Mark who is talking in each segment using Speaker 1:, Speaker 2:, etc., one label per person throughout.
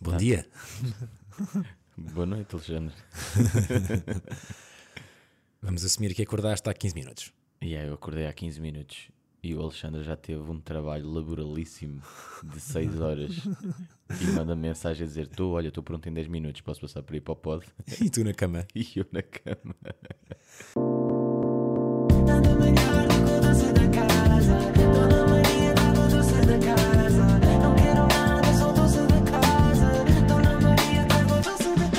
Speaker 1: Bom dia.
Speaker 2: Boa noite, Alexandre.
Speaker 1: Vamos assumir que acordaste há 15 minutos.
Speaker 2: E aí eu acordei há 15 minutos e o Alexandre já teve um trabalho laboralíssimo de 6 horas e manda mensagem a dizer: "Tô, Olha, estou pronto em 10 minutos, posso passar por aí para o pod?
Speaker 1: E tu na cama.
Speaker 2: E eu na cama.
Speaker 3: Dona Maria vai com doce da casa. Dona Maria dá com doce da casa. Não quero nada, só doce da casa. Dona Maria dá com doce da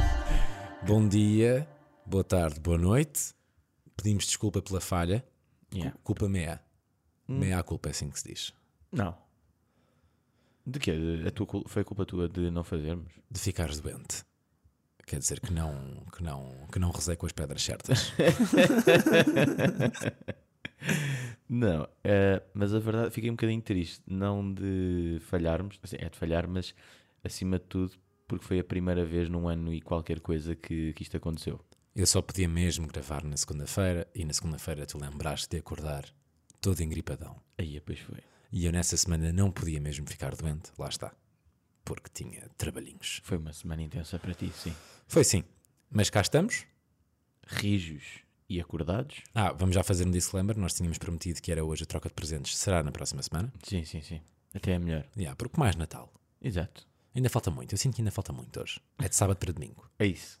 Speaker 3: casa.
Speaker 1: Bom dia, boa tarde, boa noite. Pedimos desculpa pela falha.
Speaker 2: Yeah.
Speaker 1: Culpa meia. Meia à culpa, é assim que se diz.
Speaker 2: Não. De quê? A tua, cul- foi culpa tua de não fazermos?
Speaker 1: De ficares doente. Quer dizer que não, que não, que não rezei com as pedras certas.
Speaker 2: Não, eh, mas a verdade, fiquei um bocadinho triste. Não de falharmos, assim, é de falhar, mas acima de tudo, porque foi a primeira vez num ano e qualquer coisa que, que isto aconteceu.
Speaker 1: Eu só podia mesmo gravar na segunda-feira e na segunda-feira tu lembraste de acordar todo engripadão.
Speaker 2: Aí, pois foi.
Speaker 1: E eu nessa semana não podia mesmo ficar doente, lá está. Porque tinha trabalhinhos.
Speaker 2: Foi uma semana intensa para ti, sim.
Speaker 1: Foi sim. Mas cá estamos.
Speaker 2: Rijos e acordados?
Speaker 1: Ah, vamos já fazer um disclaimer. Nós tínhamos prometido que era hoje a troca de presentes. Será na próxima semana?
Speaker 2: Sim, sim, sim. Até é melhor.
Speaker 1: Yeah, porque mais Natal.
Speaker 2: Exato.
Speaker 1: Ainda falta muito. Eu sinto que ainda falta muito hoje. É de sábado para domingo.
Speaker 2: É isso.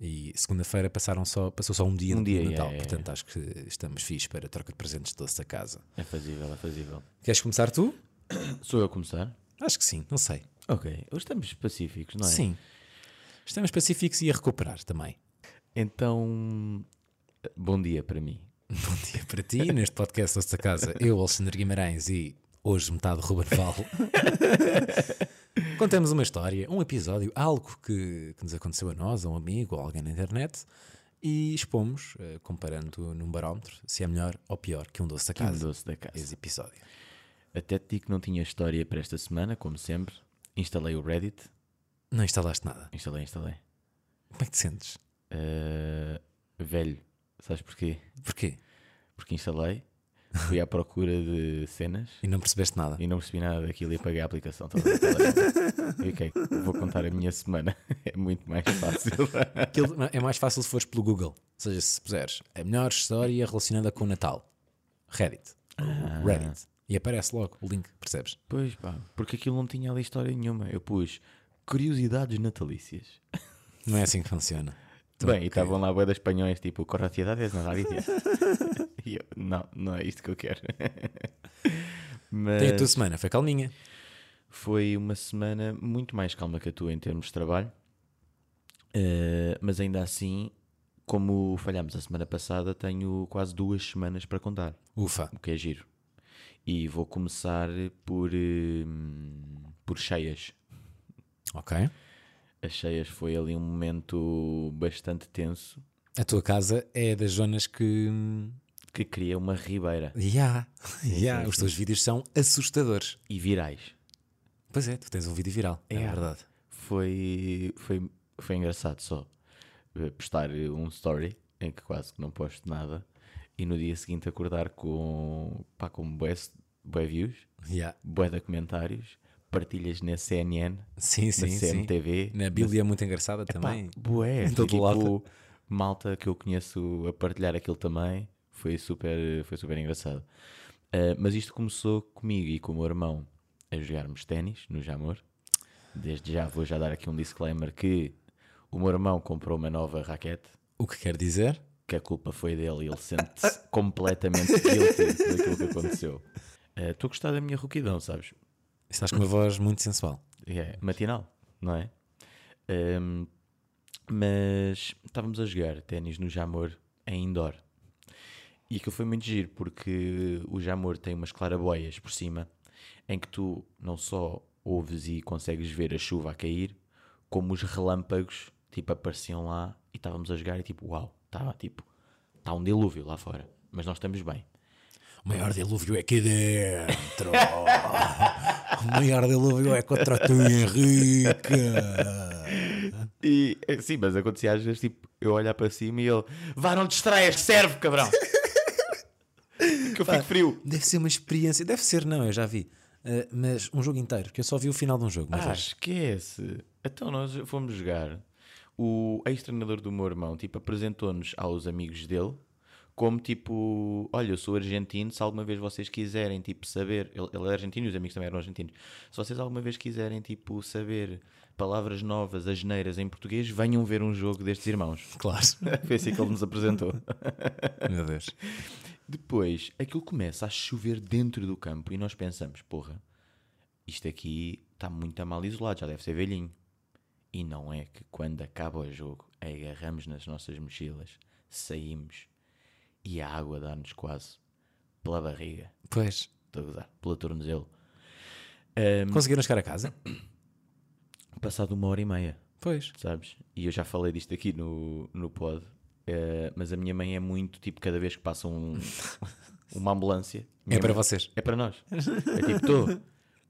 Speaker 1: E segunda-feira passaram só, passou só um dia
Speaker 2: Um
Speaker 1: do
Speaker 2: dia,
Speaker 1: Natal.
Speaker 2: yeah, yeah,
Speaker 1: Portanto, acho que estamos fixe para a troca de presentes de doce da casa.
Speaker 2: É fazível, é fazível.
Speaker 1: Queres começar tu?
Speaker 2: Sou eu a começar?
Speaker 1: Acho que sim. Não sei.
Speaker 2: Ok. Hoje estamos pacíficos, não é?
Speaker 1: Sim. Estamos pacíficos e a recuperar também.
Speaker 2: Então, bom dia para mim.
Speaker 1: Bom dia para ti, neste podcast Doce da Casa, eu, Alexandre Guimarães e hoje metade Ruben Val. Contamos uma história, um episódio, algo que, que nos aconteceu a nós, a um amigo, a alguém na internet e expomos, eh, comparando num barómetro, se é melhor ou pior que um doce da
Speaker 2: Que um
Speaker 1: casa.
Speaker 2: doce da casa.
Speaker 1: Esse episódio.
Speaker 2: Até te digo que não tinha história para esta semana, como sempre. Instalei o Reddit.
Speaker 1: Não instalaste nada.
Speaker 2: Instalei, instalei.
Speaker 1: Como é que te sentes?
Speaker 2: Ah, velho, sabes porquê?
Speaker 1: Porquê?
Speaker 2: Porque instalei, fui à procura de cenas
Speaker 1: E não percebeste nada.
Speaker 2: e não percebi nada daquilo e apaguei a aplicação. toda do telemóvel. E, ok, vou contar a minha semana. É muito mais fácil.
Speaker 1: Aquilo é mais fácil se fores pelo Google. Ou seja, se puseres a melhor história relacionada com o Natal. Reddit.
Speaker 2: Ah.
Speaker 1: Reddit. E aparece logo o link, percebes?
Speaker 2: pois pá, porque aquilo não tinha ali história nenhuma. Eu pus curiosidades natalícias.
Speaker 1: Não é assim que funciona.
Speaker 2: Bem, e tá estavam lá boedas espanhóis, tipo, corre a cidade, és nadar e dias. E eu, não, não é isto que eu quero. Mas
Speaker 1: Tem a tua semana, foi calminha.
Speaker 2: foi uma semana muito mais calma que a tua em termos de trabalho. Eh, mas ainda assim, como falhámos a semana passada, tenho quase duas semanas para contar,
Speaker 1: Ufa.
Speaker 2: o que é giro. E vou começar por, eh, por cheias.
Speaker 1: Ok.
Speaker 2: As cheias foi ali um momento bastante tenso
Speaker 1: A tua casa é das zonas que. hum,
Speaker 2: que cria uma ribeira
Speaker 1: Ya. Ya. Os teus vídeos são assustadores.
Speaker 2: e virais.
Speaker 1: Pois é, tu tens um vídeo viral. É,
Speaker 2: Ya.
Speaker 1: verdade.
Speaker 2: Foi, foi, foi engraçado só eh, postar um story em que quase que não posto nada e no dia seguinte acordar com, pá, com bué, bué views,
Speaker 1: Ya.
Speaker 2: bué de comentários, partilhas na CNN,
Speaker 1: Sim, sim,
Speaker 2: na
Speaker 1: sim.
Speaker 2: CMTV,
Speaker 1: Na Bíblia é muito engraçada
Speaker 2: pá,
Speaker 1: também.
Speaker 2: bué,
Speaker 1: todo
Speaker 2: tipo,
Speaker 1: lado.
Speaker 2: malta que eu conheço a partilhar aquilo também, foi super, foi super engraçado. Eh, mas isto começou comigo e com o meu irmão a jogarmos ténis no Jamor. Desde já vou já dar aqui um disclaimer que o meu irmão comprou uma nova raquete,
Speaker 1: O que quer dizer?
Speaker 2: que a culpa foi dele e ele sente-se completamente guilty daquilo que aconteceu. Eh, Estou a gostar da minha rouquidão, sabes?
Speaker 1: Estás com uma voz muito sensual.
Speaker 2: É, matinal, não é? Ahm, mas estávamos a jogar ténis no Jamor em indoor. E aquilo foi muito giro porque o Jamor tem umas claraboias por cima em que tu não só ouves e consegues ver a chuva a cair, como os relâmpagos tipo apareciam lá e estávamos a jogar e tipo, uau, estava tipo, está um dilúvio lá fora, mas nós estamos bem.
Speaker 1: O maior dilúvio é aqui dentro. o maior dilúvio é contra tu, Henrique.
Speaker 2: E eh, sim, mas acontecia às vezes tipo eu olhar para cima e ele vá, não te distraias, serve, cabrão. que eu fico frio.
Speaker 1: Deve ser uma experiência. Deve ser, não, eu já vi. Eh, mas um jogo inteiro, que eu só vi o final de um jogo. Mas
Speaker 2: Ah, esquece. Então nós fomos jogar. O ex-treinador do meu irmão, tipo, apresentou-nos aos amigos dele como tipo, olha, eu sou argentino, se alguma vez vocês quiserem, tipo, saber, ele, ele era argentino e os amigos também eram argentinos, se vocês alguma vez quiserem, tipo, saber palavras novas, asneiras em português, venham ver um jogo destes irmãos.
Speaker 1: claro.
Speaker 2: Foi assim que ele nos apresentou.
Speaker 1: Meu Deus.
Speaker 2: Depois, aquilo começa a chover dentro do campo e nós pensamos, porra, isto aqui está muito mal isolado, já deve ser velhinho. E não é que quando acaba o jogo, agarramos nas nossas mochilas, saímos e a água dá-nos quase pela barriga,
Speaker 1: Pois.
Speaker 2: estou a gozar, pelo tornozelo.
Speaker 1: Conseguiram chegar a casa?
Speaker 2: Passado uma hora e meia,
Speaker 1: Pois.
Speaker 2: sabes? E eu já falei disto aqui no, no pod, eh, mas a minha mãe é muito tipo, cada vez que passa um- uma ambulância,
Speaker 1: É
Speaker 2: minha
Speaker 1: para
Speaker 2: mãe-
Speaker 1: vocês.
Speaker 2: É para nós. É tipo, estou,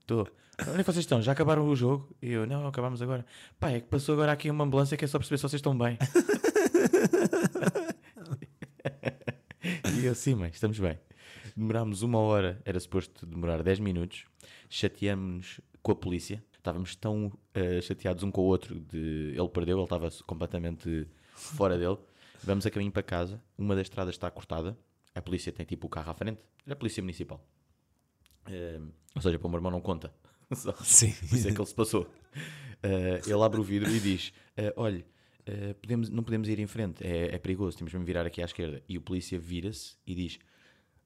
Speaker 2: estou. Onde é que vocês estão? Já acabaram o jogo? E eu, não, acabámos agora. Pá, é que passou agora aqui uma ambulância que é só perceber se vocês estão bem. e eu, sim, mãe, estamos bem. Demorámos uma hora, era suposto demorar 10 minutos. Chateámos-nos com a polícia. Estávamos tão eh, chateados um com o outro. De... Ele perdeu, ele estava completamente fora dele. Vamos a caminho para casa. Uma das estradas está cortada. A polícia tem tipo o carro à frente. Era a polícia municipal. Eh, ou seja, para o meu irmão não conta. Só-
Speaker 1: Sim.
Speaker 2: por isso é que ele se passou. Eh, ele abre o vidro e diz: eh, Olha, eh, podemos, não podemos ir em frente, é, é perigoso, temos mesmo de virar aqui à esquerda. E o polícia vira-se e diz: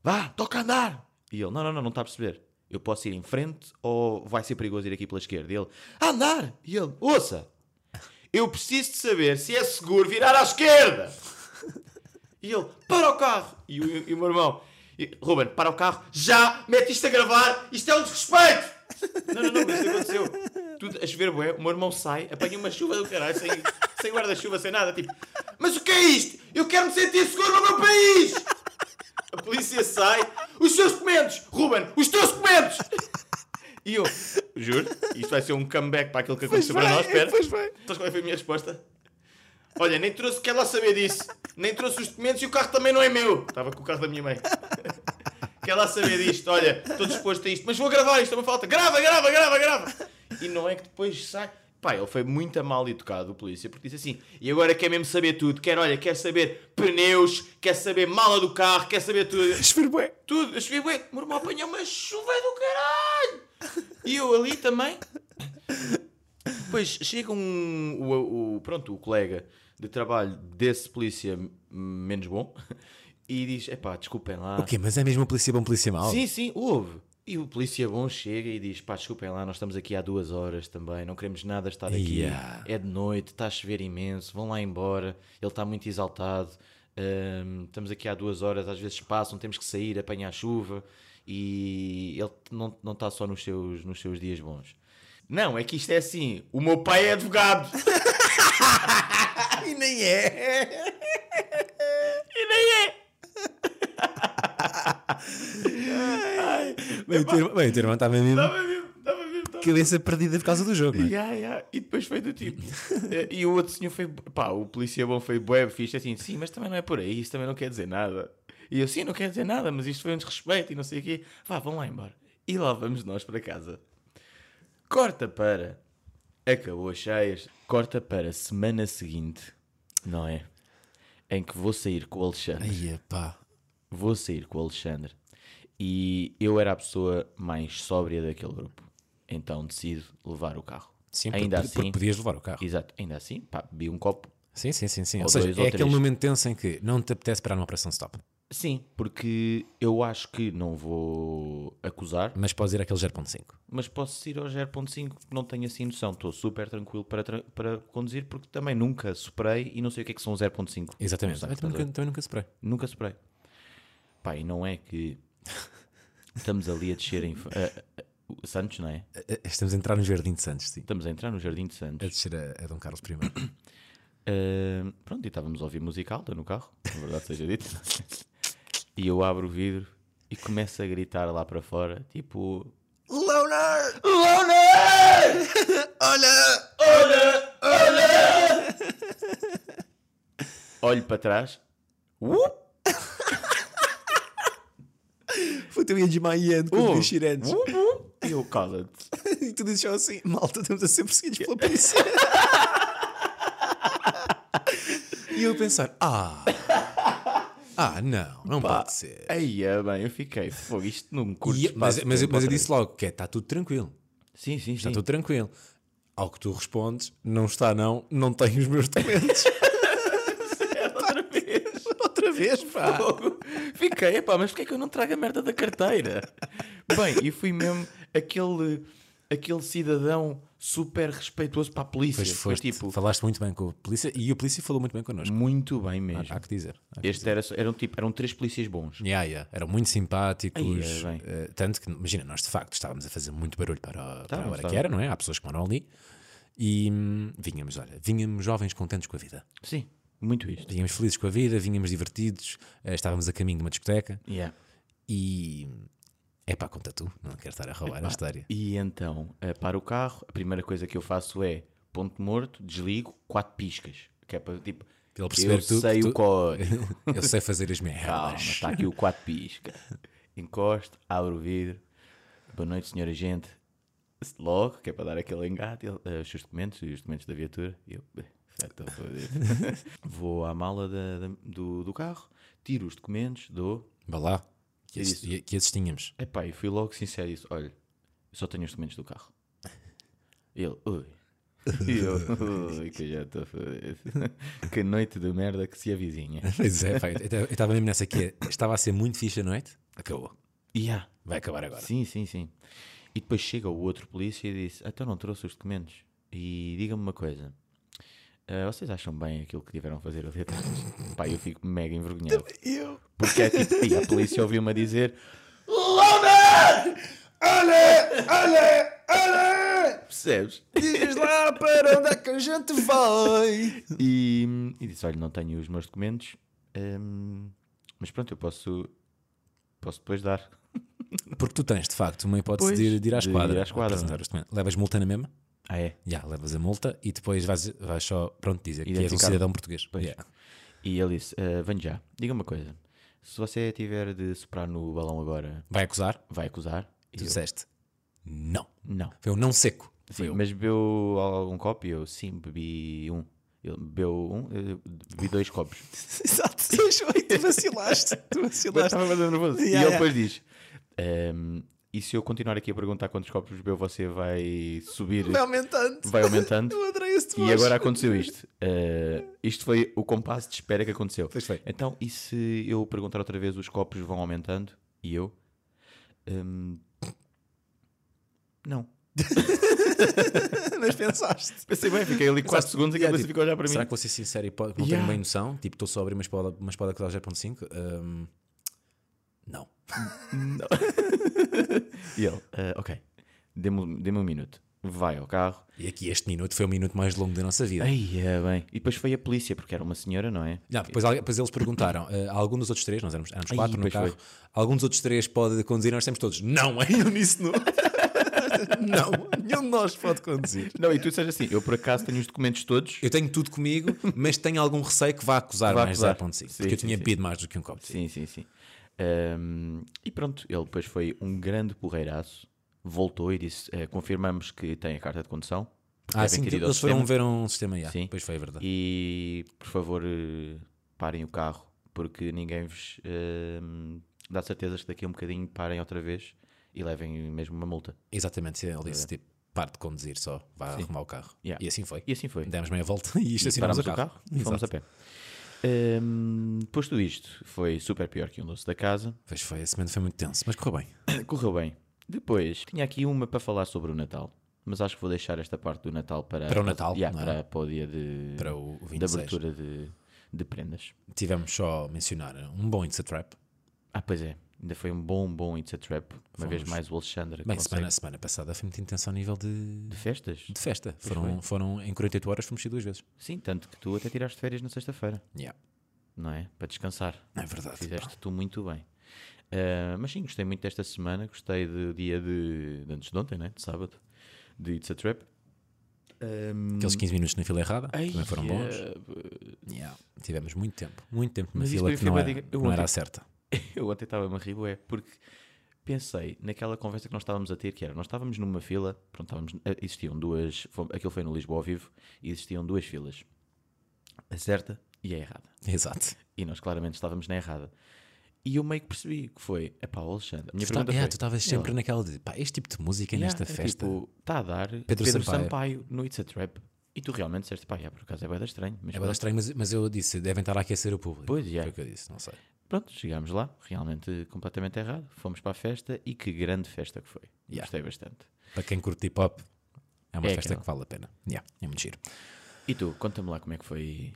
Speaker 2: Vá, toca a andar! E ele: Não, não, não, não está a perceber. Eu posso ir em frente ou vai ser perigoso ir aqui pela esquerda? E ele: "A Andar! E ele: Ouça, eu preciso de saber se é seguro virar à esquerda! E ele, para o carro! E o, e o meu irmão, e, Ruben, para o carro, já, mete isto a gravar, isto é um desrespeito! Não, não, não, mas isto aconteceu. Tudo a chover bué, o meu irmão sai, apanha uma chuva do caralho, sem, sem guarda-chuva, sem nada, tipo, mas o que é isto? Eu quero me sentir seguro no meu país! A polícia sai, os seus documentos, Ruben, os teus documentos! E eu, juro, isto vai ser um comeback para aquilo que aconteceu para nós, espera.
Speaker 1: vai.
Speaker 2: Sabes qual é que foi a minha resposta? Olha, nem trouxe, quero lá saber disso. Nem trouxe os documentos e o carro também não é meu. Estava com o carro da minha mãe. Quero lá saber disto. Olha, estou disposto a isto, mas vou gravar isto, é uma falta. Grava, grava, grava, grava. E não é que depois sai. Pá, ele foi muito mal educado, o polícia, porque disse assim: e agora quer mesmo saber tudo. Quer, olha, quer saber pneus, quer saber mala do carro, quer saber tudo. Tudo, eu cheguei, ué, meu irmão apanhou uma chuva do caralho! E eu ali também. Depois chega um. O, o- pronto, o colega de trabalho desse polícia m- menos bom e diz: epá, desculpem lá.
Speaker 1: O quê? Mas é mesmo um polícia bom, polícia mau?
Speaker 2: Sim, sim, houve. E o polícia bom chega e diz: pá, desculpem lá, nós estamos aqui há duas horas também, não queremos nada estar aqui.
Speaker 1: Yeah.
Speaker 2: É de noite, está a chover imenso, vão lá embora, ele está muito exaltado. hum, estamos aqui há duas horas, às vezes passam, temos que sair, apanhar chuva. E ele não, não está só nos seus, nos seus dias bons. Não, é que isto é assim: o meu pai é advogado.
Speaker 1: E nem é.
Speaker 2: e nem é.
Speaker 1: Bem, o teu irmão- Tá bem, o teu irmão estava mesmo
Speaker 2: Estava mesmo, estava mesmo, estava
Speaker 1: cabeça perdida por causa do jogo. não é?
Speaker 2: Ya, ya. E depois foi do tipo. eh, e o outro senhor foi. Pá, o polícia bom foi bué fixe. Assim, sim, mas também não é por aí. Isso também não quer dizer nada. E eu, sim, não quer dizer nada, mas isto foi um desrespeito e não sei o quê. Vá, vão lá embora. E lá vamos nós para casa. Corta para. Acabou as cheias. Corta para a semana seguinte, não é? Em que vou sair com o Alexandre
Speaker 1: Ai, pá.
Speaker 2: vou sair com o Alexandre e eu era a pessoa mais sóbria daquele grupo. Então decido levar o carro.
Speaker 1: Sim,
Speaker 2: ainda
Speaker 1: porque,
Speaker 2: assim,
Speaker 1: porque podias levar o carro.
Speaker 2: exato, ainda assim, pá, bebi um copo.
Speaker 1: Sim, sim, sim. sim. Ou,
Speaker 2: Ou
Speaker 1: seja,
Speaker 2: dois
Speaker 1: é
Speaker 2: ou
Speaker 1: aquele
Speaker 2: três.
Speaker 1: momento tenso em que não te apetece parar numa operação stop,
Speaker 2: Sim, porque eu acho que não vou acusar,
Speaker 1: mas podes ir àquele 0.5.
Speaker 2: mas posso ir ao 0.5, não tenho assim noção. Estou super tranquilo para, tra- para conduzir, porque também nunca superei e não sei o que é que são 0.5.
Speaker 1: Exatamente.
Speaker 2: Não sei,
Speaker 1: Eu também, nunca, também nunca superei.
Speaker 2: Nunca superei. Pá, e não é que estamos ali a descer em... a- a- a- Santos, não é?
Speaker 1: Eh, Estamos a entrar no Jardim de Santos, sim.
Speaker 2: Estamos a entrar no Jardim de Santos.
Speaker 1: A descer a, a Dom Carlos I.
Speaker 2: Ahm, pronto, e estávamos a ouvir música alta no carro, na verdade seja dito. e eu abro o vidro e começo a gritar lá para fora, tipo...
Speaker 1: Leonard!
Speaker 2: Loner!
Speaker 1: Olha!
Speaker 2: Olho para trás. Uop!
Speaker 1: puto, eu ia desmaiando com os
Speaker 2: Uh.
Speaker 1: meus chirantes.
Speaker 2: E eu, cala-te.
Speaker 1: E tu dizes só assim: malta, estamos a ser perseguidos pela polícia. e eu a pensar: ah, ah, não, não
Speaker 2: Pá,
Speaker 1: pode ser.
Speaker 2: Aí é bem, eu fiquei. Fogo, isto num curto
Speaker 1: E- mas,
Speaker 2: espaço de
Speaker 1: mas, eu- mas
Speaker 2: tempo
Speaker 1: eu
Speaker 2: outra
Speaker 1: disse logo que é: está tudo tranquilo,
Speaker 2: vez. Sim, sim,
Speaker 1: está
Speaker 2: sim.
Speaker 1: Tá tudo tranquilo. Ao que tu respondes, não está, não, não tenho os meus documentos.
Speaker 2: Outra vez.
Speaker 1: Outra vez, pá.
Speaker 2: Fogo. Fiquei, epá, mas porquê é que eu não trago a merda da carteira? Bem, e fui mesmo aquele, aquele cidadão super respeitoso para a polícia.
Speaker 1: Pois
Speaker 2: Foi
Speaker 1: foste,
Speaker 2: tipo,
Speaker 1: falaste muito bem com a polícia e o polícia falou muito bem connosco.
Speaker 2: muito bem mesmo.
Speaker 1: Há que dizer. Há que
Speaker 2: Este era, só- eram, tipo, eram três polícias bons.
Speaker 1: Yeah, yeah. Eram muito simpáticos.
Speaker 2: Ai, é, bem.
Speaker 1: eh, tanto que, imagina, nós de facto estávamos a fazer muito barulho para, a- para a
Speaker 2: Estávamos,
Speaker 1: hora que era, não é? Há pessoas que moram ali. E hum, vinhamos, olha, vinhamos jovens contentes com a vida.
Speaker 2: Sim, muito isto.
Speaker 1: Vinhamos felizes com a vida, vinhamos divertidos, eh, estávamos a caminho de uma discoteca
Speaker 2: Yeah.
Speaker 1: e. É pá, conta tu, não quero estar a roubar a história.
Speaker 2: E então, eh, para o carro, a primeira coisa que eu faço é ponto morto, desligo, quatro piscas. Que é para tipo,
Speaker 1: Para ele perceber
Speaker 2: eu
Speaker 1: que tu-
Speaker 2: sei
Speaker 1: que tu-
Speaker 2: o código.
Speaker 1: Eu sei fazer as merdas.
Speaker 2: Calma, tá está aqui o quatro pisca. Encosto, abro o vidro. Boa noite, senhora gente. Logo, que é para dar aquele engate, ele, "Ah, os seus documentos e os documentos da viatura. E eu, "Bem, certo, eu vou ver." Vou à mala da- da- do, do carro, tiro os documentos, dou.
Speaker 1: Vá lá, que
Speaker 2: É
Speaker 1: esses,
Speaker 2: isso.
Speaker 1: que esses tínhamos.
Speaker 2: Epá, e fui logo sincero e disse: olha, eu só tenho os documentos do carro. Ele, ui. E eu, ui, que eu já estou a foder. Que noite de merda que se avizinha.
Speaker 1: Pois é, pá, eu eu estava mesmo nessa aqui. Estava a ser muito fixe a noite, acabou.
Speaker 2: E há.
Speaker 1: Vai acabar agora.
Speaker 2: Sim, sim, sim. E depois chega o outro polícia e disse: "Ah, Então não trouxe os documentos. E diga-me uma coisa: ah, vocês acham bem aquilo que tiveram a fazer ali atrás? Pá, eu fico mega envergonhado.
Speaker 1: Eu.
Speaker 2: Porque é tipo, e a polícia ouviu-me a dizer:
Speaker 1: Olha,
Speaker 2: Percebes?
Speaker 1: diz lá para onde é que a gente vai.
Speaker 2: E, e disse: Olha, não tenho os meus documentos, hum, mas pronto, eu posso, posso depois dar.
Speaker 1: Porque tu tens, de facto, uma hipótese
Speaker 2: Pois,
Speaker 1: de, ir, de ir à
Speaker 2: de
Speaker 1: esquadra.
Speaker 2: ir à esquadra,
Speaker 1: apresentar
Speaker 2: não é?
Speaker 1: os documentos. Levas multa na mesma?
Speaker 2: Ah, é?
Speaker 1: Já, levas a multa e depois vais, vais só, pronto, dizer que és um
Speaker 2: Identificar.
Speaker 1: cidadão português.
Speaker 2: Pois.
Speaker 1: Yeah.
Speaker 2: E ele disse: "Ah, Venho já, diga uma coisa: se você tiver de soprar no balão agora,
Speaker 1: Vai acusar?
Speaker 2: vai acusar? E
Speaker 1: Tu
Speaker 2: eu,
Speaker 1: disseste não.
Speaker 2: Não.
Speaker 1: Foi um não seco.
Speaker 2: Sim, mas bebeu algum copo? E Eu sim, bebi um. Ele bebeu um, eu bebi dois copos.
Speaker 1: Exato, tu vacilaste. Tu
Speaker 2: Mas
Speaker 1: vacilaste.
Speaker 2: estava bastante nervoso.
Speaker 1: Yeah,
Speaker 2: e ele
Speaker 1: yeah.
Speaker 2: depois diz: "Ehm, E se eu continuar aqui a perguntar quantos copos bebeu, você vai subir,
Speaker 1: aumentando.
Speaker 2: vai aumentando.
Speaker 1: adorei esse
Speaker 2: E agora aconteceu isto. Eh, isto foi o compasso de espera que aconteceu.
Speaker 1: Pois foi.
Speaker 2: Então, e se eu perguntar outra vez, os copos vão aumentando? E eu? "Ehm, não.
Speaker 1: mas pensaste.
Speaker 2: Pensei bem, fiquei ali 4 segundos e a
Speaker 1: yeah,
Speaker 2: cabeça
Speaker 1: tipo,
Speaker 2: ficou a olhar para mim.
Speaker 1: Será que vou ser sincero e po- não tenho
Speaker 2: Yeah.
Speaker 1: bem noção? Tipo, estou só a abrir uma espada, uma espada que dá 0.5? Hum, não.
Speaker 2: E ele, "Ah, ok, dê-me dê-me um minuto. Vai ao carro.
Speaker 1: E aqui este minuto foi o minuto mais longo da nossa vida.
Speaker 2: Aí é bem. E depois foi a polícia, porque era uma senhora, não é?
Speaker 1: Não, depois, alguém- depois eles perguntaram, eh, algum dos outros três, nós éramos, éramos
Speaker 2: Ai,
Speaker 1: quatro no
Speaker 2: pois
Speaker 1: carro,
Speaker 2: foi.
Speaker 1: algum dos outros três pode conduzir, nós temos todos, não, em uníssono. não, nenhum de nós pode conduzir.
Speaker 2: Não, e tu disseste assim: eu por acaso tenho os documentos todos.
Speaker 1: Eu tenho tudo comigo, mas tenho algum receio que vá acusar
Speaker 2: Vá
Speaker 1: mais 0.5,
Speaker 2: acusar. Sim,
Speaker 1: porque eu
Speaker 2: sim,
Speaker 1: tinha
Speaker 2: sim.
Speaker 1: pedido mais do que um copo.
Speaker 2: Sim, sim, sim. Ahm, e pronto, ele depois foi um grande porreiraço. Voltou e disse: "Eh, confirmamos que tem a carta de condução. porque
Speaker 1: Ah,
Speaker 2: devem
Speaker 1: sim,
Speaker 2: ter ido ao
Speaker 1: eles foram
Speaker 2: sistema.
Speaker 1: ver um sistema, já.
Speaker 2: Sim.
Speaker 1: pois foi, é verdade.
Speaker 2: E por favor, eh, parem o carro, porque ninguém vos ahm, dá certezas que daqui a um bocadinho parem outra vez e levem mesmo uma multa.
Speaker 1: Exatamente, sim, ele disse tipo, parte de conduzir só, vá arrumar o carro.
Speaker 2: Yeah.
Speaker 1: E assim foi.
Speaker 2: E assim foi.
Speaker 1: Demos meia volta e estacionámos
Speaker 2: parámos
Speaker 1: o carro.
Speaker 2: e fomos a pé. Ahm, depois de tudo isto, foi super pior que um doce da casa.
Speaker 1: Pois foi, esse momento foi muito tenso, mas correu bem.
Speaker 2: Correu bem. Depois, tinha aqui uma para falar sobre o Natal, mas acho que vou deixar esta parte do Natal para,
Speaker 1: Para o Natal,
Speaker 2: Yeah,
Speaker 1: não é?
Speaker 2: para, para o dia de,
Speaker 1: Para o
Speaker 2: de
Speaker 1: 26.
Speaker 2: abertura de, de prendas.
Speaker 1: Tivemos só a mencionar um bom It's a Trap.
Speaker 2: Ah, pois é, ainda foi um bom, bom It's a Trap. Uma vez mais o Alexandre. que
Speaker 1: Bem,
Speaker 2: consegue-
Speaker 1: semana, semana passada foi muito intenso ao nível de,
Speaker 2: De festas?
Speaker 1: de festa. Foram, foram em 48 horas, fomos duas vezes.
Speaker 2: Sim, tanto que tu até tiraste férias na sexta-feira,
Speaker 1: Yeah.
Speaker 2: não é? Para descansar.
Speaker 1: É verdade. pá.
Speaker 2: Fizeste tu muito bem. Ah, mas sim, gostei muito desta semana. Gostei do dia de, de antes de ontem, né? de sábado, de It's a Trap. Ahm,
Speaker 1: Aqueles 15 minutos na fila errada
Speaker 2: ai,
Speaker 1: também foram bons.
Speaker 2: ah,
Speaker 1: Yeah. Tivemos muito tempo, muito tempo na
Speaker 2: Mas isso
Speaker 1: fila
Speaker 2: foi-
Speaker 1: que não
Speaker 2: foi
Speaker 1: era,
Speaker 2: bem- eu
Speaker 1: não era
Speaker 2: ontem-
Speaker 1: a certa.
Speaker 2: Eu ontem estava-me a rir, bué, porque pensei naquela conversa que nós estávamos a ter, que era, nós estávamos numa fila, pronto, estávamos, eh, existiam duas, foi, aquilo foi no Lisboa ao vivo, e existiam duas filas, a certa e a errada.
Speaker 1: Exato.
Speaker 2: E nós claramente estávamos na errada. E eu meio que percebi que foi, epá, o Alexandre, a minha
Speaker 1: Tu, tá,
Speaker 2: pergunta
Speaker 1: yeah,
Speaker 2: foi...
Speaker 1: tu estavas
Speaker 2: "Ela,
Speaker 1: sempre naquela de pá, este tipo de música
Speaker 2: Yeah,
Speaker 1: nesta
Speaker 2: é
Speaker 1: festa.
Speaker 2: Tipo, está a dar Pedro,
Speaker 1: Sampaio.
Speaker 2: Sampaio. no It's a Trap. E tu realmente disseste, pá, yeah, por acaso é bem estranho. Mas
Speaker 1: é bem
Speaker 2: pronto.
Speaker 1: estranho, mas, mas eu disse, devem estar a aquecer o público.
Speaker 2: Pois, yeah.
Speaker 1: Foi o que eu disse, não sei.
Speaker 2: Pronto, chegámos lá, realmente completamente errado. Fomos para a festa e que grande festa que foi.
Speaker 1: Yeah.
Speaker 2: Gostei bastante.
Speaker 1: Para quem curte hip hop, é uma
Speaker 2: É
Speaker 1: festa
Speaker 2: aquela.
Speaker 1: que vale a pena. Yeah, é muito giro.
Speaker 2: E tu, conta-me lá como é que foi.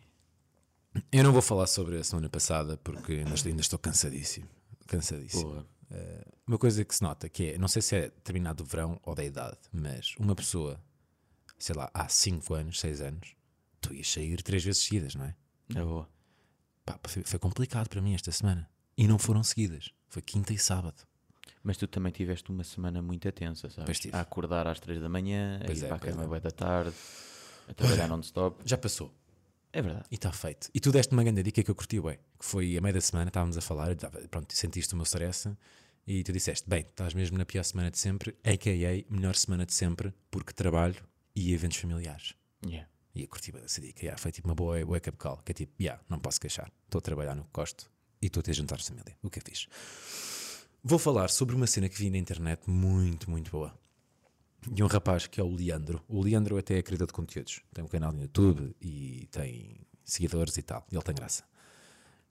Speaker 1: Eu não vou falar sobre a semana passada porque ainda estou, ainda estou cansadíssimo. Cansadíssimo.
Speaker 2: Porra.
Speaker 1: Uma coisa que se nota que é, não sei se é determinado do verão ou da idade, mas uma pessoa, sei lá, há 5 anos, 6 anos, tu ias sair três vezes seguidas, não é?
Speaker 2: Na boa.
Speaker 1: Pá, foi, foi complicado para mim esta semana. E não foram seguidas. Foi quinta e sábado.
Speaker 2: Mas tu também tiveste uma semana muito tensa,
Speaker 1: Pois
Speaker 2: sabes?
Speaker 1: tive.
Speaker 2: A acordar às 3 da manhã, a
Speaker 1: Pois
Speaker 2: ir
Speaker 1: é,
Speaker 2: para a
Speaker 1: pois
Speaker 2: cama
Speaker 1: é.
Speaker 2: bué da tarde, a trabalhar non-stop.
Speaker 1: Já passou.
Speaker 2: É verdade.
Speaker 1: E está feito. E tu deste uma grande dica que eu curti bem, que foi a meio da semana, estávamos a falar, eu estava- pronto, sentiste o meu stress e tu disseste, bem, estás mesmo na pior semana de sempre, a.k.a. melhor semana de sempre, porque trabalho e eventos familiares.
Speaker 2: Yeah.
Speaker 1: E eu curti bem essa dica, yeah, foi tipo uma boa wake-up call, que é tipo, yeah, não posso queixar, estou a trabalhar no que gosto e estou a ter jantar de família, o que é fixe. Vou falar sobre uma cena que vi na internet muito, muito boa. De um rapaz que é o Leandro. O Leandro até é criador de conteúdos. Tem um canal no YouTube e tem seguidores e tal. Ele tem graça.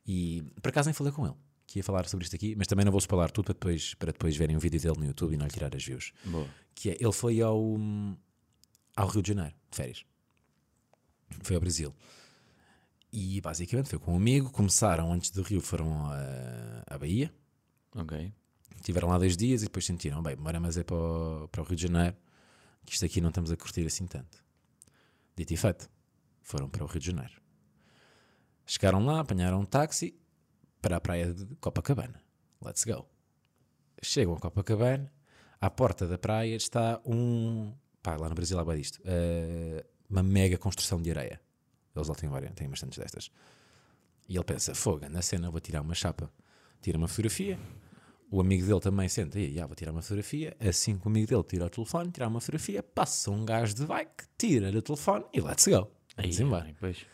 Speaker 1: E por acaso nem falei com ele, que ia falar sobre isto aqui, mas também não vou falar tudo para depois, para depois verem um vídeo dele no YouTube e não lhe tirar as views.
Speaker 2: Boa.
Speaker 1: Que é, ele foi ao, ao Rio de Janeiro, de férias. Foi ao Brasil. E basicamente foi com um amigo. Começaram antes do Rio, foram a- à Bahia.
Speaker 2: Ok.
Speaker 1: Tiveram lá dois dias e depois sentiram, bem, bora mas é para o, para o Rio de Janeiro, que isto aqui não estamos a curtir assim tanto. Dito e feito, foram para o Rio de Janeiro. Chegaram lá, apanharam um táxi para a praia de Copacabana. Let's go. Chegam a Copacabana, à porta da praia está um. pá, lá no Brasil há bué disto. eh, uma mega construção de areia. Eles lá têm, várias, têm bastantes destas. E ele pensa: fogo, na cena, vou tirar uma chapa. Tira uma fotografia, o amigo dele também senta aí, "Ya, vou tirar uma fotografia. Assim que o amigo dele tira o telefone, tirar uma fotografia, passa um gajo de bike, tira-lhe o telefone e let's go. Vamos
Speaker 2: Aí,
Speaker 1: embora.
Speaker 2: é bem, Pois.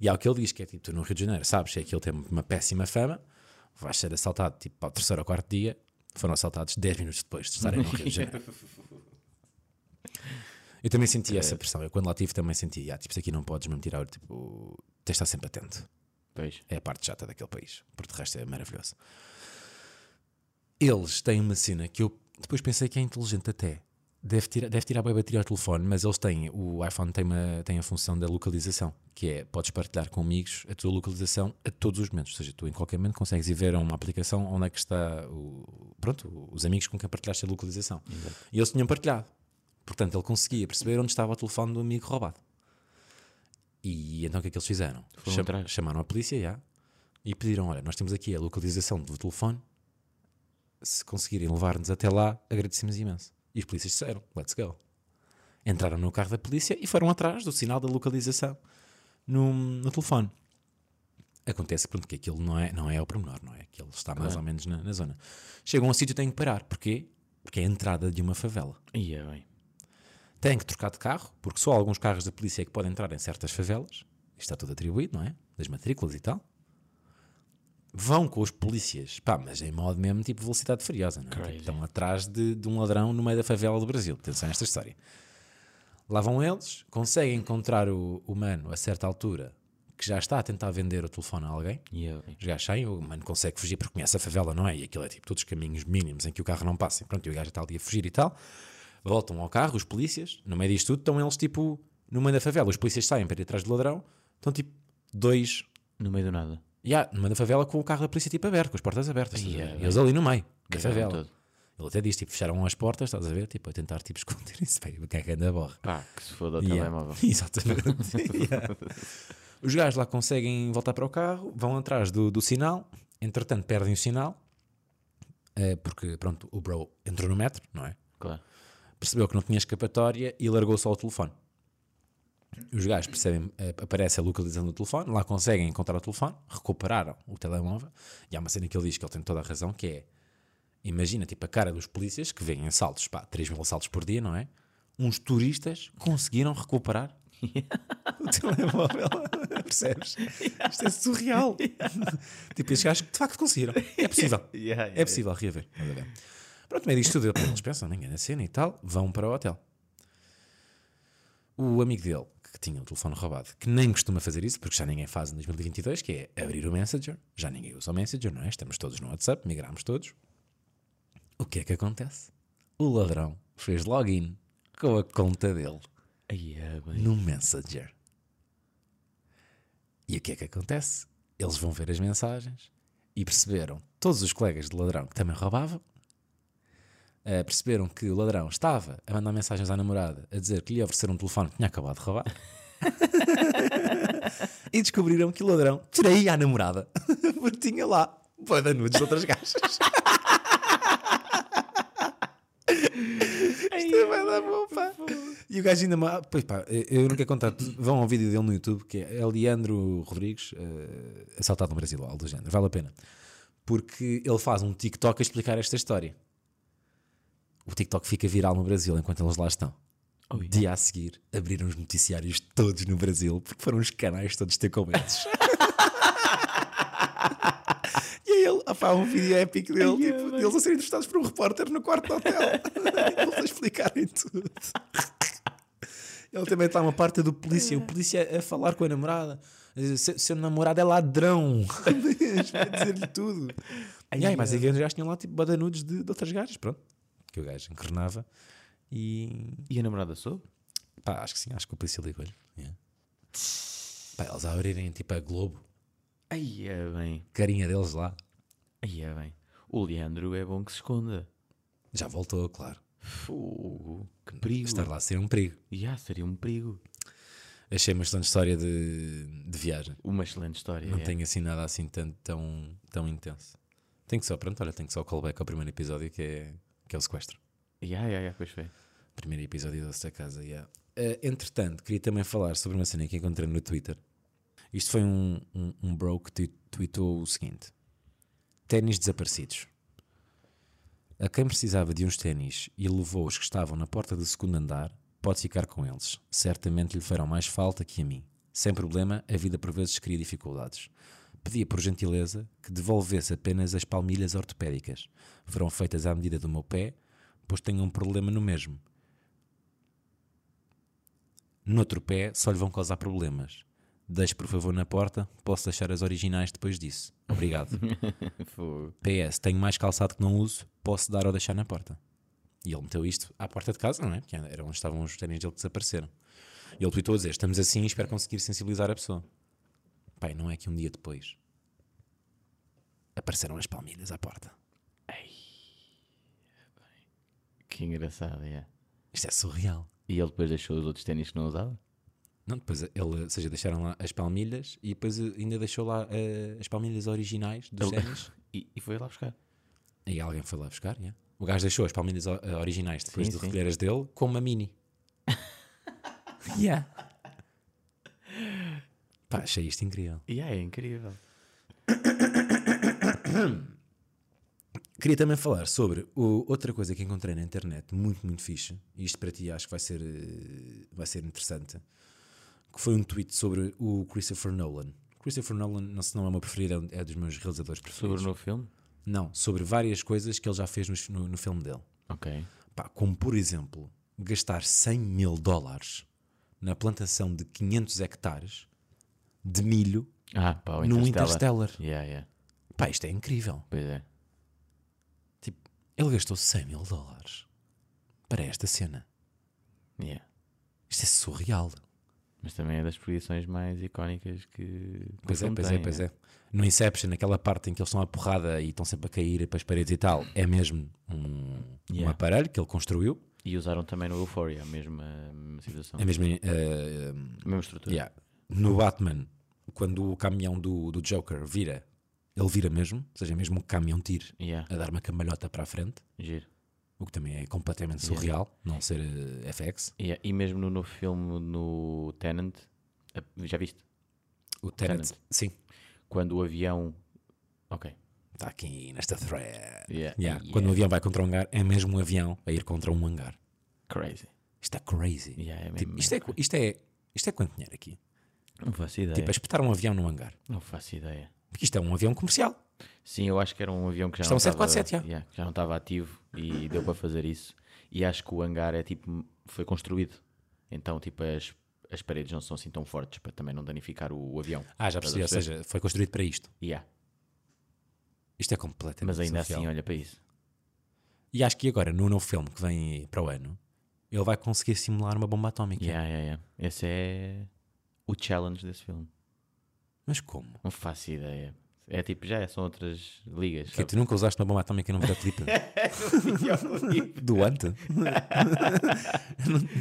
Speaker 1: E há o que ele diz, que é tipo, tu no Rio de Janeiro sabes que aquilo tem uma péssima fama, vais ser assaltado tipo ao terceiro ou quarto dia, foram assaltados 10 minutos depois de estarem no Rio de Janeiro. Eu também senti essa pressão, eu quando lá estive também senti, ah, tipo, isso aqui não podes mesmo tirar, tipo, tens de estar sempre atento.
Speaker 2: Pois.
Speaker 1: É a parte chata daquele país, porque de resto é maravilhoso. Eles têm uma cena que eu depois pensei que é inteligente até. Deve tirar, deve tirar bem a bateria ao telefone, mas eles têm, o iPhone tem, uma, tem a função da localização, que é podes partilhar com amigos a tua localização a todos os momentos. Ou seja, tu em qualquer momento consegues ir ver a uma aplicação onde é que está o, pronto, os amigos com quem partilhaste a localização. E eles tinham partilhado. Portanto, ele conseguia perceber onde estava o telefone do amigo roubado. E então o que é que eles fizeram?
Speaker 2: Foram
Speaker 1: Cham-
Speaker 2: atrás.
Speaker 1: chamaram a polícia já, e pediram: olha, nós temos aqui a localização do telefone. Se conseguirem levar-nos até lá, agradecemos imenso. E os polícias disseram: let's go. Entraram no carro da polícia e foram atrás do sinal da localização no, no telefone. Acontece pronto, que aquilo não é, não é ao pormenor, não é? Aquilo está mais ou menos na, na zona. Chegam ao sítio e têm que parar. Porquê? Porque é a entrada de uma favela.
Speaker 2: Ia é bem.
Speaker 1: Têm que trocar de carro, porque só alguns carros da polícia é que podem entrar em certas favelas. Isto está tudo atribuído, não é? Das matrículas e tal. Vão com os polícias, pá, mas em modo mesmo tipo velocidade furiosa, não é?
Speaker 2: Crazy.
Speaker 1: Tipo, estão atrás de, de um ladrão no meio da favela do Brasil. Atenção a esta história. Lá vão eles, conseguem encontrar o, o mano a certa altura que já está a tentar vender o telefone a alguém.
Speaker 2: Ia é bem.
Speaker 1: Os gajos saem, o mano consegue fugir porque conhece a favela, não é? E aquilo é tipo todos os caminhos mínimos em que o carro não passa. E Pronto, e o gajo está ali a fugir e tal. Voltam ao carro, os polícias, no meio disto tudo, estão eles tipo no meio da favela. Os polícias saem para ir atrás do ladrão, estão tipo dois,
Speaker 2: No meio do nada.
Speaker 1: já, no meio da favela com o carro da polícia tipo aberto, com as portas abertas. estás a
Speaker 2: Ai,
Speaker 1: ver?
Speaker 2: é,
Speaker 1: eles ali no meio, da
Speaker 2: Cagaram
Speaker 1: favela.
Speaker 2: todo.
Speaker 1: Ele até diz tipo, fecharam as portas, estás a ver? Tipo, a tentar tipo esconder isso, bem, o que é que anda a borra.
Speaker 2: Pá, que se foda o
Speaker 1: Yeah.
Speaker 2: telemóvel.
Speaker 1: Exatamente. Yeah. Os gajos lá conseguem voltar para o carro, vão atrás do, do sinal, entretanto perdem o sinal, eh, porque pronto, o bro entrou no metro, não é?
Speaker 2: Claro.
Speaker 1: Percebeu que não tinha escapatória e largou só o telefone. Os gajos percebem, eh, aparece a localização do telefone, lá conseguem encontrar o telefone, recuperaram o telemóvel, e há uma cena que ele diz que ele tem toda a razão, que é Imagina, tipo, a cara dos polícias que veem assaltos, pá, 3 mil assaltos por dia, não é? Uns turistas conseguiram recuperar o telemóvel, percebes? Isto é surreal. tipo, estes gajos que de facto conseguiram. É possível.
Speaker 2: Yeah,
Speaker 1: É possível reaver. Mas, olha, Pronto, meio disto tudo, ele- eles pensam, ninguém na cena e tal, vão para o hotel. O amigo dele, que tinha o telefone roubado, que nem costuma fazer isso, porque já ninguém faz em 2022, que é abrir o Messenger. Já ninguém usa o Messenger, não é? Estamos todos no WhatsApp, migramos todos. O que é que acontece? O ladrão fez login com a conta dele
Speaker 2: Ai, é bem.
Speaker 1: no Messenger. E o que é que acontece? Eles vão ver as mensagens e perceberam, todos os colegas de ladrão que também roubavam, eh, perceberam que o ladrão estava a mandar mensagens à namorada a dizer que lhe ia oferecer um telefone que tinha acabado de roubar. e descobriram que o ladrão traía a namorada porque tinha lá boa da nudes de outras gajas. Isto é bué da bom, pá. E o gajo ainda. ma- Pois pá, eu nunca contar. Vão ao vídeo dele no YouTube que é Leandro Rodrigues, eh, assaltado no Brasil, algo do género. Vale a pena. Porque ele faz um TikTok a explicar esta história. O TikTok fica viral no Brasil enquanto eles lá estão.
Speaker 2: Ui.
Speaker 1: Dia a seguir, abriram os noticiários todos no Brasil, porque foram os canais todos decomentos. e aí ele, opá, um vídeo épico dele, tipo, eles a serem entrevistados por um repórter no quarto do hotel. eles a explicarem tudo. Ele também está uma parte do polícia, o polícia a falar com a namorada. a dizer, "Se- Seu namorado é ladrão. Vai dizer-lhe tudo. E aí, mas aqueles gajos tinham lá tipo badanudos de, de outras gajas, pronto. Que o gajo encarnava. E
Speaker 2: E a namorada soube?
Speaker 1: Pá, acho que sim, acho que o polícia ligou-lhe. Yeah. Pá, eles a abrirem tipo a Globo,
Speaker 2: Ai, é bem.
Speaker 1: carinha deles lá.
Speaker 2: Ai, é bem. O Leandro é bom que se esconda.
Speaker 1: Já voltou, claro.
Speaker 2: Fogo. Que perigo.
Speaker 1: Estar lá seria um perigo.
Speaker 2: Ya, seria um perigo.
Speaker 1: Achei uma excelente história de, de viagem.
Speaker 2: Uma excelente história.
Speaker 1: Não
Speaker 2: é.
Speaker 1: tenho assim nada assim tão, tão, tão intenso. Tenho que só, pronto, olha, tenho que só o callback ao primeiro episódio que é, que é o sequestro.
Speaker 2: Ya, ya, ya, pois foi.
Speaker 1: Primeiro episódio desta casa, yeah. Eh, entretanto, queria também falar sobre uma cena que encontrei no Twitter. Isto foi um, um, um bro que twi- tweetou o seguinte: Ténis desaparecidos. A quem precisava de uns ténis e levou os que estavam na porta do segundo andar, pode ficar com eles. Certamente lhe farão mais falta que a mim. Sem problema, a vida por vezes cria dificuldades. Pedia por gentileza que devolvesse apenas as palmilhas ortopédicas. Foram feitas à medida do meu pé, pois tenho um problema no mesmo noutro pé só lhe vão causar problemas. Deixe por favor na porta, posso deixar as originais depois disso. Obrigado.
Speaker 2: Fogo.
Speaker 1: PS, tenho mais calçado que não uso, posso dar ou deixar na porta. E ele meteu isto à porta de casa, não é? Porque era onde estavam os ténis dele que desapareceram. E ele tweetou a dizer: Estamos assim, espero conseguir sensibilizar a pessoa. Pai, não é que um dia depois apareceram as palmilhas à porta.
Speaker 2: Que engraçado, ya.
Speaker 1: Isto é surreal.
Speaker 2: E ele depois deixou os outros ténis que não usava?
Speaker 1: Não, depois ele, ou seja, deixaram lá as palmilhas e depois ainda deixou lá eh, as palmilhas originais dos
Speaker 2: Ele-
Speaker 1: ténis.
Speaker 2: E, e foi lá buscar.
Speaker 1: E alguém foi lá buscar, yeah. O gajo deixou as palmilhas o- eh, originais depois
Speaker 2: Sim,
Speaker 1: de
Speaker 2: sim.
Speaker 1: recolher as dele com uma mini. yeah. Pá, achei isto incrível.
Speaker 2: E é incrível.
Speaker 1: Queria também falar sobre o- outra coisa que encontrei na internet, muito, muito fixe. E isto para ti acho que vai ser, eh, vai ser interessante. Que foi um tweet sobre o Christopher Nolan. Christopher Nolan, não se não é o meu preferido, é um- é dos meus realizadores
Speaker 2: Sobre
Speaker 1: preferidos.
Speaker 2: o novo filme?
Speaker 1: Não, sobre várias coisas que ele já fez nos- no- no filme dele.
Speaker 2: Ok.
Speaker 1: Pá, como por exemplo, gastar 100 mil dólares na plantação de 500 hectares de milho
Speaker 2: Ah, pá, o
Speaker 1: no
Speaker 2: Interstellar.
Speaker 1: Interstellar.
Speaker 2: Yeah, yeah.
Speaker 1: Pá, isto é incrível.
Speaker 2: Pois é.
Speaker 1: Tipo, ele gastou 100 mil dólares para esta cena.
Speaker 2: Yeah.
Speaker 1: Isto é surreal.
Speaker 2: Mas também é das produções mais icónicas que. que o
Speaker 1: Pois é,
Speaker 2: filme
Speaker 1: pois
Speaker 2: tem, né?
Speaker 1: é, pois é. No Inception, naquela parte em que eles estão à porrada e estão sempre a cair para as paredes e tal, é mesmo um, um
Speaker 2: Yeah.
Speaker 1: aparelho que ele construiu.
Speaker 2: E usaram também no Euphoria a mesma, a mesma situação.
Speaker 1: É mesmo eh,
Speaker 2: A mesma estrutura.
Speaker 1: Yeah. No Batman, quando o caminhão do, do Joker vira, ele vira mesmo, ou seja, é mesmo um caminhão tiro
Speaker 2: Yeah.
Speaker 1: a dar uma cambalhota para a frente,
Speaker 2: Giro.
Speaker 1: o que também é completamente
Speaker 2: Yeah.
Speaker 1: surreal, não ser eh, FX.
Speaker 2: Yeah. E mesmo no novo filme, no Tenant, a- já viste?
Speaker 1: O Tenet,
Speaker 2: Tenet.
Speaker 1: sim,
Speaker 2: Quando o avião. Ok.
Speaker 1: Está aqui nesta thread.
Speaker 2: Yeah,
Speaker 1: Yeah,
Speaker 2: yeah.
Speaker 1: Quando um avião vai contra um hangar, é mesmo um avião a ir contra um hangar.
Speaker 2: Crazy.
Speaker 1: Isto é crazy.
Speaker 2: Yeah, é
Speaker 1: Tipo,
Speaker 2: mesmo-
Speaker 1: isto, é, qu- isto, é, isto é quanto dinheiro aqui?
Speaker 2: Não faço ideia.
Speaker 1: Tipo, é espetar um avião num hangar.
Speaker 2: Não faço ideia.
Speaker 1: Porque isto é um avião comercial.
Speaker 2: Sim, eu acho que era um avião que já
Speaker 1: Isto é
Speaker 2: não
Speaker 1: um
Speaker 2: estava
Speaker 1: 747, já.
Speaker 2: que já não estava ativo e deu para fazer isso. E acho que o hangar é tipo foi construído. Então, tipo, as, as paredes não são assim tão fortes para também não danificar o, o avião.
Speaker 1: Ah, já
Speaker 2: Estás a
Speaker 1: percebi. Ou
Speaker 2: perceber?
Speaker 1: seja, foi construído para isto.
Speaker 2: Yeah.
Speaker 1: Isto é completamente
Speaker 2: Mas ainda
Speaker 1: surreal.
Speaker 2: assim, olha para isso.
Speaker 1: E acho que agora, no novo filme que vem para o ano, ele vai conseguir simular uma bomba atómica.
Speaker 2: Yeah, yeah, yeah. Esse é o challenge desse filme.
Speaker 1: Mas como?
Speaker 2: Não faço ideia. É tipo, já são outras ligas.
Speaker 1: Que tu nunca usaste uma bomba atómica num videoclipe
Speaker 2: sabe?
Speaker 1: do Ante?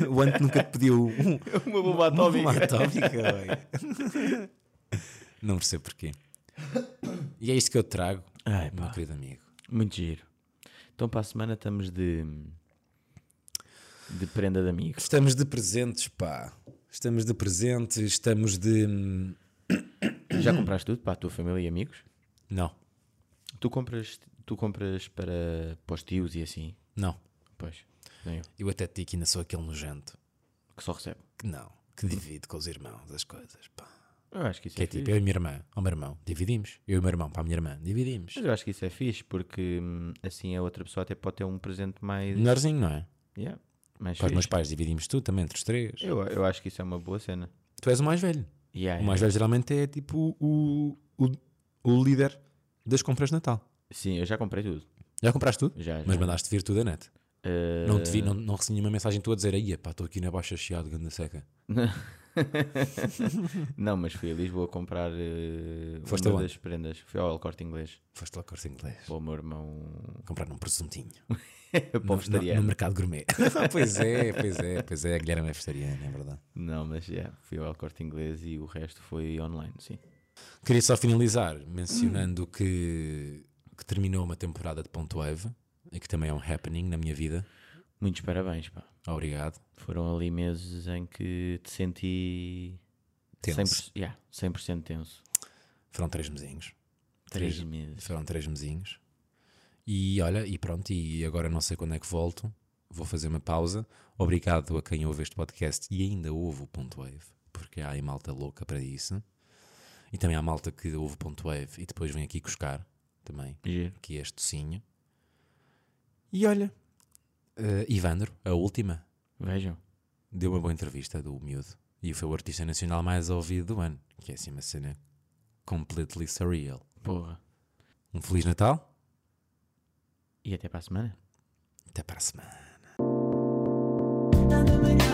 Speaker 1: o Ante nunca te pediu um-
Speaker 2: Uma bomba
Speaker 1: uma
Speaker 2: atómica.
Speaker 1: atómica. ué. Não percebo porquê. E é isto que eu te trago,
Speaker 2: Ai,
Speaker 1: meu querido amigo.
Speaker 2: Muito giro. Então para a semana estamos de. de prenda de amigos.
Speaker 1: Estamos de presentes, pá. Estamos de presentes, estamos de.
Speaker 2: Já compraste tudo para a tua família e amigos?
Speaker 1: Não,
Speaker 2: Tu compras, tu compras para, para os tios e assim?
Speaker 1: não.
Speaker 2: Pois. Nem eu.
Speaker 1: Eu até te digo que ainda sou aquele nojento
Speaker 2: Que só recebe.
Speaker 1: que não, que divide com os irmãos as coisas, pá.
Speaker 2: Eu acho que isso
Speaker 1: Hum. Que
Speaker 2: é,
Speaker 1: é tipo,
Speaker 2: fixe.
Speaker 1: eu e minha irmã, ao meu irmão, dividimos. Eu e o meu irmão para a minha irmã, dividimos.
Speaker 2: Mas eu acho que isso é fixe porque hum, assim a outra pessoa até pode ter um presente mais.
Speaker 1: Menorzinho, não é?
Speaker 2: Yeah, mais
Speaker 1: Para os
Speaker 2: fixe.
Speaker 1: meus pais dividimos tudo também entre os três.
Speaker 2: Eu, eu acho que isso é uma boa cena.
Speaker 1: Tu és o mais velho.
Speaker 2: Yeah,
Speaker 1: O mais
Speaker 2: yeah.
Speaker 1: velho geralmente é tipo o, o, o líder das compras de Natal.
Speaker 2: Sim, eu já comprei tudo.
Speaker 1: Já compraste tudo?
Speaker 2: Já,
Speaker 1: Mas
Speaker 2: já.
Speaker 1: mandaste vir tudo a net.
Speaker 2: Eh,
Speaker 1: Não te vi, não, não recebi nenhuma mensagem tua a dizer aí, pá, estou aqui na baixa chiada de Ganda Seca.
Speaker 2: Não, mas fui a Lisboa comprar eh,
Speaker 1: Foste
Speaker 2: uma
Speaker 1: aonde?
Speaker 2: das prendas. Fui ao El Corte Inglês
Speaker 1: Foste lá corte inglês.
Speaker 2: para o meu irmão
Speaker 1: Comprar um presuntinho. No,
Speaker 2: para o
Speaker 1: no, no
Speaker 2: vegetariano.
Speaker 1: mercado gourmet. pois é, pois é, pois é. A Guilherme é vegetariana, é verdade.
Speaker 2: Não, mas yeah, fui ao El Corte Inglês e o resto foi online, sim.
Speaker 1: Queria só finalizar mencionando que, que terminou uma temporada de Ponto Wave e que também é um happening na minha vida.
Speaker 2: Muitos parabéns, pá.
Speaker 1: Obrigado.
Speaker 2: Foram ali meses em que te senti
Speaker 1: Tenso.
Speaker 2: 100%, yeah, 100% tenso.
Speaker 1: Foram três mesinhos.
Speaker 2: Três
Speaker 1: Três.
Speaker 2: meses.
Speaker 1: Foram três mesinhos. E olha, e pronto, e agora não sei quando é que volto. Vou fazer uma pausa. Obrigado a quem ouve este podcast e ainda ouve o Ponto Wave, porque há aí malta louca para isso. E também há malta que ouve o Ponto Wave e depois vem aqui cuscar também.
Speaker 2: Giro.
Speaker 1: que é este tocinho. E olha, eh, Ivandro, a última,
Speaker 2: Vejam.
Speaker 1: deu uma boa entrevista do Miúdo e foi o artista nacional mais ouvido do ano, que é assim uma cena completely surreal.
Speaker 2: Porra.
Speaker 1: Um Feliz Natal,
Speaker 2: E até para a semana.
Speaker 1: até para a semana.
Speaker 3: Tanta manhã